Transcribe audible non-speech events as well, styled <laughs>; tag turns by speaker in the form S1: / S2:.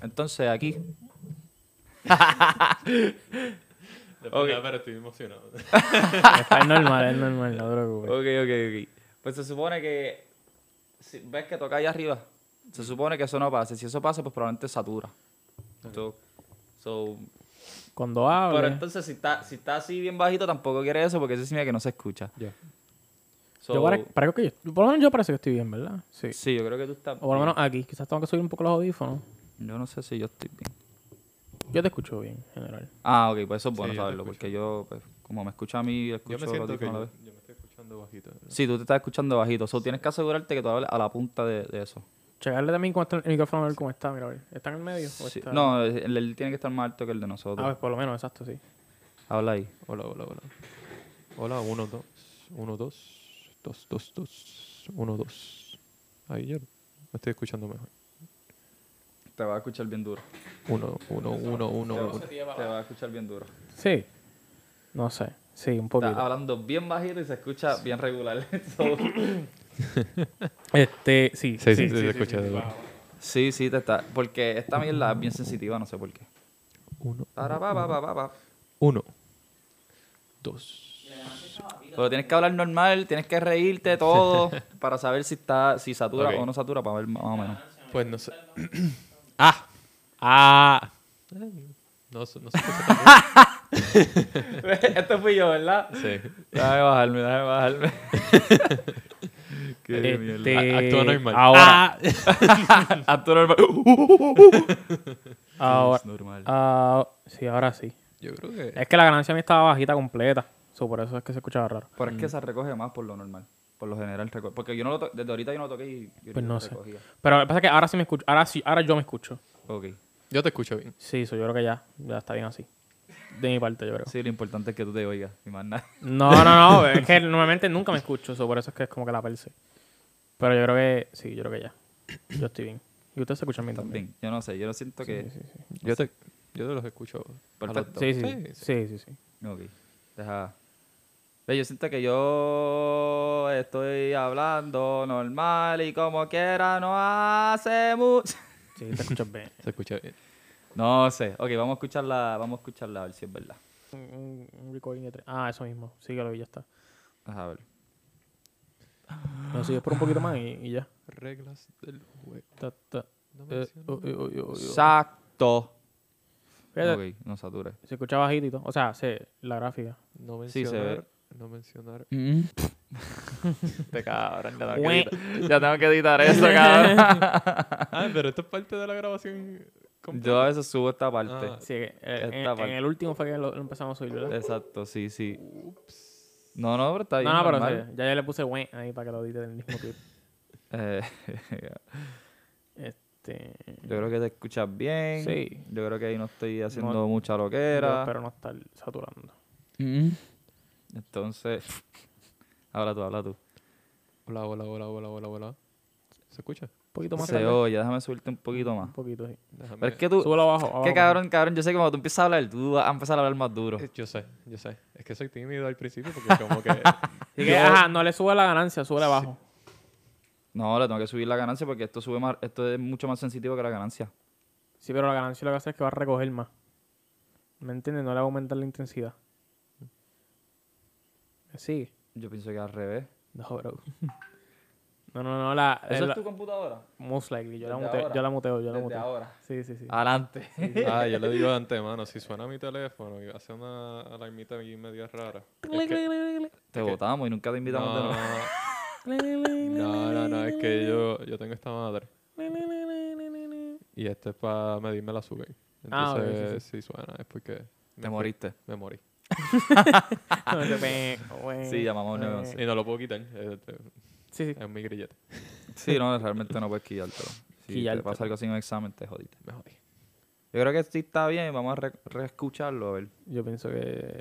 S1: Entonces
S2: <laughs>
S1: aquí.
S2: Después,
S1: Ok.
S2: nada, pero estoy emocionado.
S3: Es normal, es normal, no te preocupes.
S1: Ok, ok, ok. Pues se supone que. Si ves que toca ahí arriba, se supone que eso no pase. Si eso pasa, pues probablemente satura. So- so,
S3: Cuando
S1: pero
S3: hables,
S1: entonces, si está, si está así bien bajito, tampoco quiere eso porque eso significa que no se escucha.
S2: Ya.
S1: So,
S3: yo pare- parezco que yo, por lo menos yo parece que estoy bien, ¿verdad? Sí.
S1: Sí, yo creo que tú estás.
S3: O por lo menos aquí, quizás tengo que subir un poco los audífonos.
S1: Yo no sé si yo estoy bien.
S3: Yo te escucho bien, en general.
S1: Ah, ok, pues eso es bueno
S2: yo te
S1: saberlo,
S2: escucho.
S1: porque yo, pues, como me escucha a mí, escucho
S2: Yo me
S1: los
S2: siento que
S1: audífonos a la
S2: yo,
S1: vez.
S2: yo me estoy escuchando bajito. ¿verdad?
S1: Sí, tú te estás escuchando bajito, so tienes que asegurarte que tú hables a la punta de, de eso.
S3: Checarle también cómo está el micrófono, a ver cómo está, mira, a ver. ¿Está en el medio? o
S1: Sí.
S3: está-
S1: No, el, él tiene que estar más alto que el de
S3: Ah,
S1: nosotros.
S3: pues por lo menos, exacto, sí.
S1: Habla ahí.
S2: Hola, hola, hola. Hola, 1, 2, 1, 2, 2, 2, 2, 1, 2. Ahí yo me estoy escuchando mejor.
S1: Te va a escuchar bien duro.
S2: 1, 1, 1, 1, 1.
S1: Te va a escuchar bien duro.
S3: Sí. No sé. Sí, un
S1: Estás
S3: poquito.
S1: hablando bien bajito y se escucha bien <laughs> regular. So-
S3: Este, sí.
S2: Sí, sí, sí, se escucha de verdad.
S1: sí, sí, te está. Porque esta mierda es bien sensitiva, no sé por qué.
S2: 1,
S1: Para, pa, pa, pa, pa, pa.
S2: 1, 2.
S1: Pero tienes que hablar normal, tienes que reírte <laughs> todo para saber si está, si satura
S2: Ok.
S1: o no satura, para ver más o menos.
S2: Pues no sé. <clears throat> ¡Ah! ¡Ah! No, sé- no sé
S1: Esto fui yo, ¿verdad?
S2: qué se <laughs>
S1: Déjame bajarme, déjame <laughs> bajarme. Qué
S3: Este,
S2: Actúa normal.
S3: Ahora, <laughs>
S1: mierda. Ah. Actúa normal. <laughs>
S3: ahora,
S1: Es normal.
S3: ah, sí, ahora sí.
S2: Yo creo que.
S3: Es que la ganancia mía estaba bajita completa. So, por eso es que se escuchaba raro.
S1: Pero es que se recoge más por lo normal. Por lo general recoge. Porque yo no lo to- desde ahorita yo no lo toqué y yo
S3: Pues no sé.
S1: recogía.
S3: Pero lo que pasa es que ahora sí me escucho. Ahora sí, ahora yo me escucho.
S1: Ok.
S2: Yo te escucho bien.
S3: Sí, so, yo creo que ya, ya está bien así. De mi parte, yo creo.
S1: Sí, lo importante es que tú te oigas y más nada. <laughs>
S3: No, no, <laughs> no. es que normalmente nunca me escucho. so, por eso es que es como que la perse. Pero yo creo que, sí, yo creo que ya. Yo estoy bien. Y ustedes se escuchan bien también.
S1: Bien, yo no sé, yo lo siento que.
S3: Sí, sí, sí.
S2: Yo te, yo te los escucho. a los
S1: Perfecto.
S2: dos.
S3: Sí, sí, sí. sí, sí, sí.
S1: Ok. Deja. Ve, Yo siento que yo estoy hablando normal y como quiera no hace mucho. <laughs>
S3: Sí, te escuchas <laughs> bien.
S2: Se escucha bien.
S1: No sé. Ok, vamos a escucharla, vamos a escucharla a ver si es verdad.
S3: Un, un recording de tres. Ah, eso mismo. Síguelo y ya está.
S1: Ajá, a ver.
S3: No, sigues por un poquito más y, y ya.
S2: Reglas del juego.
S3: Ta, ta.
S2: No
S3: Eh,
S2: menciono-
S3: uy, uy, uy, uy, uy.
S1: Exacto.
S3: Fíjate,
S1: Ok, no sature.
S3: Se escucha bajito y todo. O sea, se, la gráfica.
S2: No
S1: Sí, se ve.
S2: mencionar. No mencionar.
S1: Te Este cabrón, ya
S3: tengo que editar-
S1: ya tengo que editar
S3: <laughs>
S1: eso, cabrón.
S2: Ah, pero esto es parte de la grabación. completa.
S1: Yo a veces subo esta parte.
S2: Ah.
S3: Sí, que, eh, en,
S1: Esta parte.
S3: en el último fue que lo, lo empezamos a subir, ¿verdad?
S1: Exacto, sí, sí. No, no, pero está bien.
S3: No, no, pero
S1: normal.
S3: sí, ya, ya le puse buen ahí para que lo edite en el mismo clip.
S1: Eh, <laughs>
S3: Este,
S1: yo creo que te escuchas bien.
S3: Sí.
S1: Yo creo que ahí no estoy haciendo
S3: No-
S1: mucha
S3: yo
S1: loquera.
S3: espero no estar saturando.
S1: Entonces, <laughs> habla tú, habla tú.
S2: Hola, hola, hola, hola, hola, hola. ¿Se escucha?
S3: Un poquito más
S1: Se
S3: tarde.
S1: oye, déjame subirte un poquito más.
S3: Un poquito, sí.
S2: Déjame.
S1: Pero es que tú,
S3: Súbelo abajo. abajo
S1: que cabrón, cabrón, yo sé que cuando tú empiezas a hablar, tú vas a empezar a hablar más duro.
S2: Eh, Yo sé, yo sé. Es que soy tímido al principio porque como
S3: <laughs>
S2: que...
S3: Así que, ajá, no le sube la ganancia, sube abajo.
S1: No, le tengo que subir la ganancia porque esto sube más, esto es mucho más sensitivo que la ganancia.
S3: Sí, pero la ganancia lo que hace es que va a recoger más. ¿Me entiendes? No le va a aumentar la intensidad. ¿Me sigue?
S1: Yo pienso que al revés.
S3: No, bro. <laughs> No, no, no, la...
S1: ¿Eso
S3: la-
S1: es tu computadora?
S3: Most likely, yo la
S1: Desde
S3: muteo,
S1: ahora.
S3: yo la muteo, yo la
S1: Desde
S3: muteo.
S1: ahora.
S3: Sí, sí, sí. <laughs>
S1: Adelante.
S2: ah, yo le digo de antemano, si suena mi teléfono y hace una alarmita ahí medio rara. es que-
S1: Te votamos y nunca te invitamos de nuevo.
S2: No, no, no, es que
S3: <laughs>
S2: yo, yo tengo esta madre y este es para medirme el azúcar.
S3: Ah, ok, sí,
S2: Entonces, si suena es porque
S1: Te moriste.
S2: me morí.
S1: Sí, llamamos al 911.
S2: Y no lo puedo quitar, es, es-
S3: Eh, Sí, sí.
S2: es mi grillete.
S1: Sí, no, realmente no puedes quillártelo. Si te
S3: Quillártelo.
S1: pasa algo así en un examen, te jodiste.
S2: Me jodí.
S1: Yo creo que sí está bien, vamos a re- reescucharlo, a ver.
S3: Yo pienso que